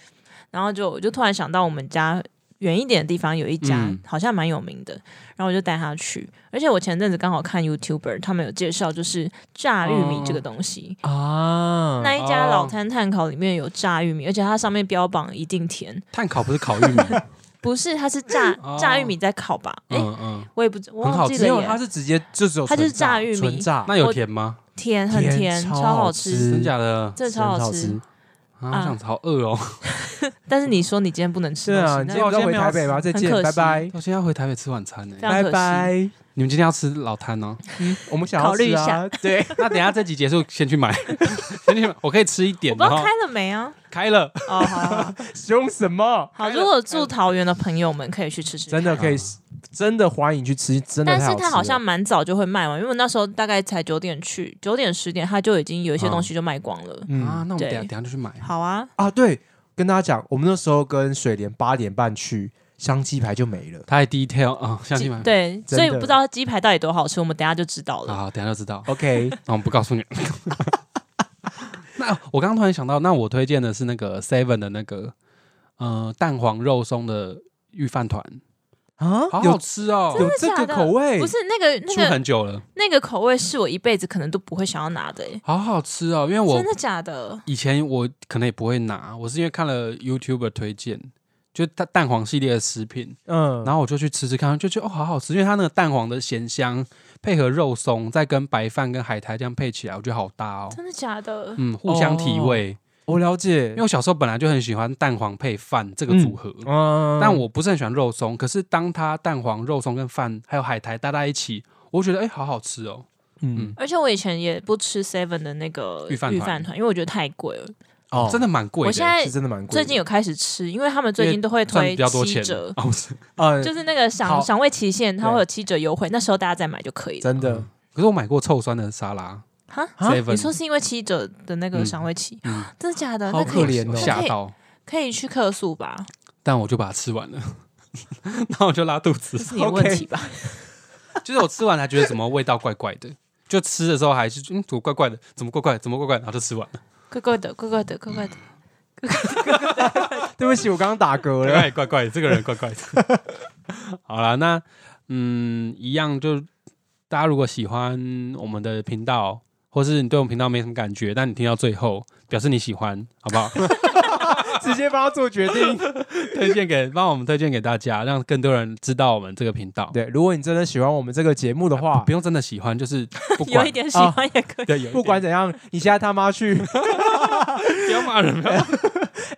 [SPEAKER 2] 然后就我就突然想到我们家远一点的地方有一家、
[SPEAKER 1] 嗯
[SPEAKER 2] 好像蛮有名的，然后我就带他去。而且我前阵子刚好看 YouTuber 他们有介绍，就是炸玉米这个东西。
[SPEAKER 3] 啊
[SPEAKER 2] 那一家
[SPEAKER 1] 哦
[SPEAKER 2] 老摊炭烤里面有炸玉米，而且它上面标榜一定甜，
[SPEAKER 1] 碳烤不是烤玉米，
[SPEAKER 2] 不是，它是炸、
[SPEAKER 1] 哦
[SPEAKER 2] 炸玉米在烤吧？ 哎、
[SPEAKER 1] 嗯嗯，
[SPEAKER 2] 我也不知，我
[SPEAKER 1] 很好
[SPEAKER 2] 忘记
[SPEAKER 1] 吃
[SPEAKER 2] 了
[SPEAKER 3] 没有，
[SPEAKER 2] 耶
[SPEAKER 3] 它是直接就只有
[SPEAKER 2] 它就是
[SPEAKER 3] 纯炸
[SPEAKER 2] 炸玉米
[SPEAKER 3] 纯炸，
[SPEAKER 1] 那有甜吗？
[SPEAKER 2] 甜，很
[SPEAKER 3] 甜
[SPEAKER 2] 甜，
[SPEAKER 3] 超
[SPEAKER 2] 超
[SPEAKER 3] 好
[SPEAKER 2] 好
[SPEAKER 3] 吃
[SPEAKER 2] 吃，
[SPEAKER 1] 真假的？
[SPEAKER 2] 真的超
[SPEAKER 3] 真的好
[SPEAKER 2] 好
[SPEAKER 3] 吃
[SPEAKER 2] 吃。
[SPEAKER 1] 啊，我想好饿 哦，
[SPEAKER 2] 但是你说你今天不能吃
[SPEAKER 3] 对
[SPEAKER 2] 东西，
[SPEAKER 3] 啊，你
[SPEAKER 2] 那
[SPEAKER 3] 今天不
[SPEAKER 1] 我
[SPEAKER 3] 要
[SPEAKER 1] 今天
[SPEAKER 3] 回
[SPEAKER 1] 没有
[SPEAKER 3] 台北吗？再
[SPEAKER 2] 很
[SPEAKER 3] 见，
[SPEAKER 2] 可惜
[SPEAKER 3] 拜拜，
[SPEAKER 1] 我现在要回台北吃晚餐呢
[SPEAKER 2] 非。常
[SPEAKER 3] 拜
[SPEAKER 2] 可惜
[SPEAKER 3] 拜，
[SPEAKER 1] 你们今天要吃老摊哦？
[SPEAKER 3] 嗯，我们想要
[SPEAKER 2] 考虑
[SPEAKER 3] 吃啊
[SPEAKER 2] 一下，
[SPEAKER 3] 对，
[SPEAKER 1] 那等一下这集结束先去 买，先去买，我可以吃一点
[SPEAKER 2] 我，不知
[SPEAKER 1] 然
[SPEAKER 2] 道
[SPEAKER 1] 后
[SPEAKER 2] 开了没啊？
[SPEAKER 1] 开了，
[SPEAKER 2] 哦，好好好。
[SPEAKER 3] 凶什么？
[SPEAKER 2] 好，如果住桃园的朋友们可以去吃吃看，
[SPEAKER 3] 真的可以
[SPEAKER 1] 啊，
[SPEAKER 3] 真的欢迎去吃，真的
[SPEAKER 2] 但
[SPEAKER 3] 太
[SPEAKER 2] 是
[SPEAKER 3] 吃
[SPEAKER 2] 它好像
[SPEAKER 3] 了
[SPEAKER 2] 蛮早就会卖完，因为我那时候大概才九点去，九点十点它就已经有一些东西就卖光了。
[SPEAKER 3] 嗯
[SPEAKER 1] 啊，那我们等一下等
[SPEAKER 2] 对
[SPEAKER 1] 一下就去买。
[SPEAKER 2] 好啊，
[SPEAKER 3] 啊，对，跟大家讲，我们那时候跟水莲八点半去，香鸡排就没了。
[SPEAKER 1] 他还 detail 啊，相信
[SPEAKER 2] 鸡
[SPEAKER 1] 吗？
[SPEAKER 2] 对，所以
[SPEAKER 3] 真的
[SPEAKER 2] 不知道鸡排到底多好吃，我们等一下就知道了。
[SPEAKER 1] 好，等一下就知道。
[SPEAKER 3] OK，
[SPEAKER 1] 那我们不告诉 你。 那我刚刚突然想到，那我推荐的是那个 Seven 的那个呃蛋黄肉松的御饭团，
[SPEAKER 3] 啊，
[SPEAKER 1] 好好
[SPEAKER 3] 有
[SPEAKER 1] 吃哦，
[SPEAKER 3] 有这
[SPEAKER 2] 假
[SPEAKER 3] 个
[SPEAKER 2] 的
[SPEAKER 3] 口味
[SPEAKER 2] 不，是那个那
[SPEAKER 1] 出
[SPEAKER 2] 个
[SPEAKER 1] 很久了，
[SPEAKER 2] 那个口味是我一辈子可能都不会想要拿的、欸，
[SPEAKER 1] 好好吃哦。因为我嗯
[SPEAKER 2] 真的假的？
[SPEAKER 1] 以前我可能也不会拿，我是因为看了 YouTuber 推荐，就蛋蛋黄系列的食品，
[SPEAKER 3] 嗯，
[SPEAKER 1] 然后我就去吃吃看，就觉得哦好好吃，因为它那个蛋黄的咸香配合肉松，再跟白饭跟海苔这样配起来，我觉得好搭哦。
[SPEAKER 2] 真的假的？
[SPEAKER 1] 嗯，互相提
[SPEAKER 3] 哦
[SPEAKER 1] 味。
[SPEAKER 3] 我了解
[SPEAKER 1] 因为，我小时候本来就很喜欢蛋黄配饭这个组合，
[SPEAKER 3] 嗯，
[SPEAKER 1] 但我不是很喜欢肉松。可是当它蛋黄、肉松跟饭还有海苔搭在一起，我觉得哎、好好吃哦。
[SPEAKER 3] 嗯
[SPEAKER 2] 而且我以前也不吃 Seven 的那个
[SPEAKER 1] 御饭团
[SPEAKER 2] 御饭团，因为我觉得太贵了。
[SPEAKER 3] 哦
[SPEAKER 1] 真的蛮贵的。
[SPEAKER 2] 我现在
[SPEAKER 3] 是真的蛮贵的。
[SPEAKER 2] 最近有开始吃，因为他们最近都会
[SPEAKER 1] 赚
[SPEAKER 2] 推
[SPEAKER 1] 比较多
[SPEAKER 2] 七
[SPEAKER 1] 钱
[SPEAKER 2] 折，
[SPEAKER 1] 哦，不是。
[SPEAKER 3] 呃，
[SPEAKER 2] 就是那个
[SPEAKER 3] 好
[SPEAKER 2] 赏赏味期限，它
[SPEAKER 3] 对
[SPEAKER 2] 会有七折优惠，那时候大家再买就可以了。
[SPEAKER 3] 真的
[SPEAKER 1] 可是我买过臭酸的沙拉，
[SPEAKER 2] 哈，
[SPEAKER 3] 啊
[SPEAKER 1] seven
[SPEAKER 2] 你说是因为七折的那个
[SPEAKER 1] 嗯
[SPEAKER 2] 赏味期，啊
[SPEAKER 1] 嗯
[SPEAKER 2] 真的假的？
[SPEAKER 3] 好
[SPEAKER 2] 那可以
[SPEAKER 3] 可怜哦
[SPEAKER 1] 我吓到，
[SPEAKER 2] 可以去客诉吧，
[SPEAKER 1] 但我就把它吃完了， 然后我就拉肚子
[SPEAKER 2] 这。是你的问题吧？
[SPEAKER 1] 就是我吃完还觉得什么味道怪怪的，就吃的时候还是嗯，怎么怪怪的，怎么怪怪的，怎么怪怪的，然后就吃完了，
[SPEAKER 2] 怪怪的，怪怪的，怪怪的。
[SPEAKER 3] 对不起，我刚刚打嗝
[SPEAKER 1] 怪
[SPEAKER 3] 了。
[SPEAKER 1] 哎怪怪怪的，这个人怪怪的。 好了，那嗯，一样就大家如果喜欢我们的频道，或是你对我们频道没什么感觉，但你听到最后，表示你喜欢，好 不好？
[SPEAKER 3] 直接帮他做决定。
[SPEAKER 1] 推荐给帮我们推荐给大家，让更多人知道我们这个频道。
[SPEAKER 3] 对，如果你真的喜欢我们这个节目的话
[SPEAKER 1] 啊不，用真的喜欢，就是不
[SPEAKER 2] 有
[SPEAKER 1] 管
[SPEAKER 2] 一点喜欢也可以。
[SPEAKER 1] 对，有一点
[SPEAKER 3] 不管怎样，你现在他妈去
[SPEAKER 1] 不要骂人，不要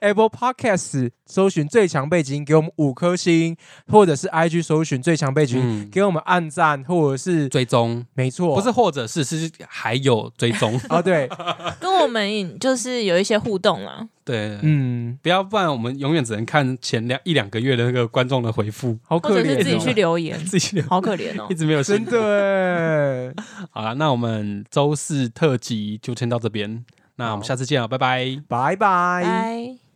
[SPEAKER 3] Apple Podcast 搜寻“最强背景”，给我们五颗星，或者是 IG 搜寻“最强背景”，
[SPEAKER 1] 嗯
[SPEAKER 3] 给我们按赞，或者是
[SPEAKER 1] 追踪，
[SPEAKER 3] 没错，
[SPEAKER 1] 不是或者是是还有追踪，
[SPEAKER 3] 啊，对，
[SPEAKER 2] 跟我们就是有一些互动啦，
[SPEAKER 1] 对，
[SPEAKER 3] 嗯，
[SPEAKER 1] 不要，不然我们永远只能看前两一两个月的那个观众的回复，
[SPEAKER 3] 好
[SPEAKER 2] 或者
[SPEAKER 3] 可怜、
[SPEAKER 2] 是
[SPEAKER 3] 哦，
[SPEAKER 2] 自己去留言，
[SPEAKER 1] 自己留
[SPEAKER 2] 好可怜哦
[SPEAKER 1] 一。直没有新
[SPEAKER 3] 真
[SPEAKER 1] 的。
[SPEAKER 3] 的哎，
[SPEAKER 1] 好了，那我们周四特辑就先到这边，那我们
[SPEAKER 3] 好
[SPEAKER 1] 下次见啊，拜拜。
[SPEAKER 3] 拜拜。
[SPEAKER 2] 拜。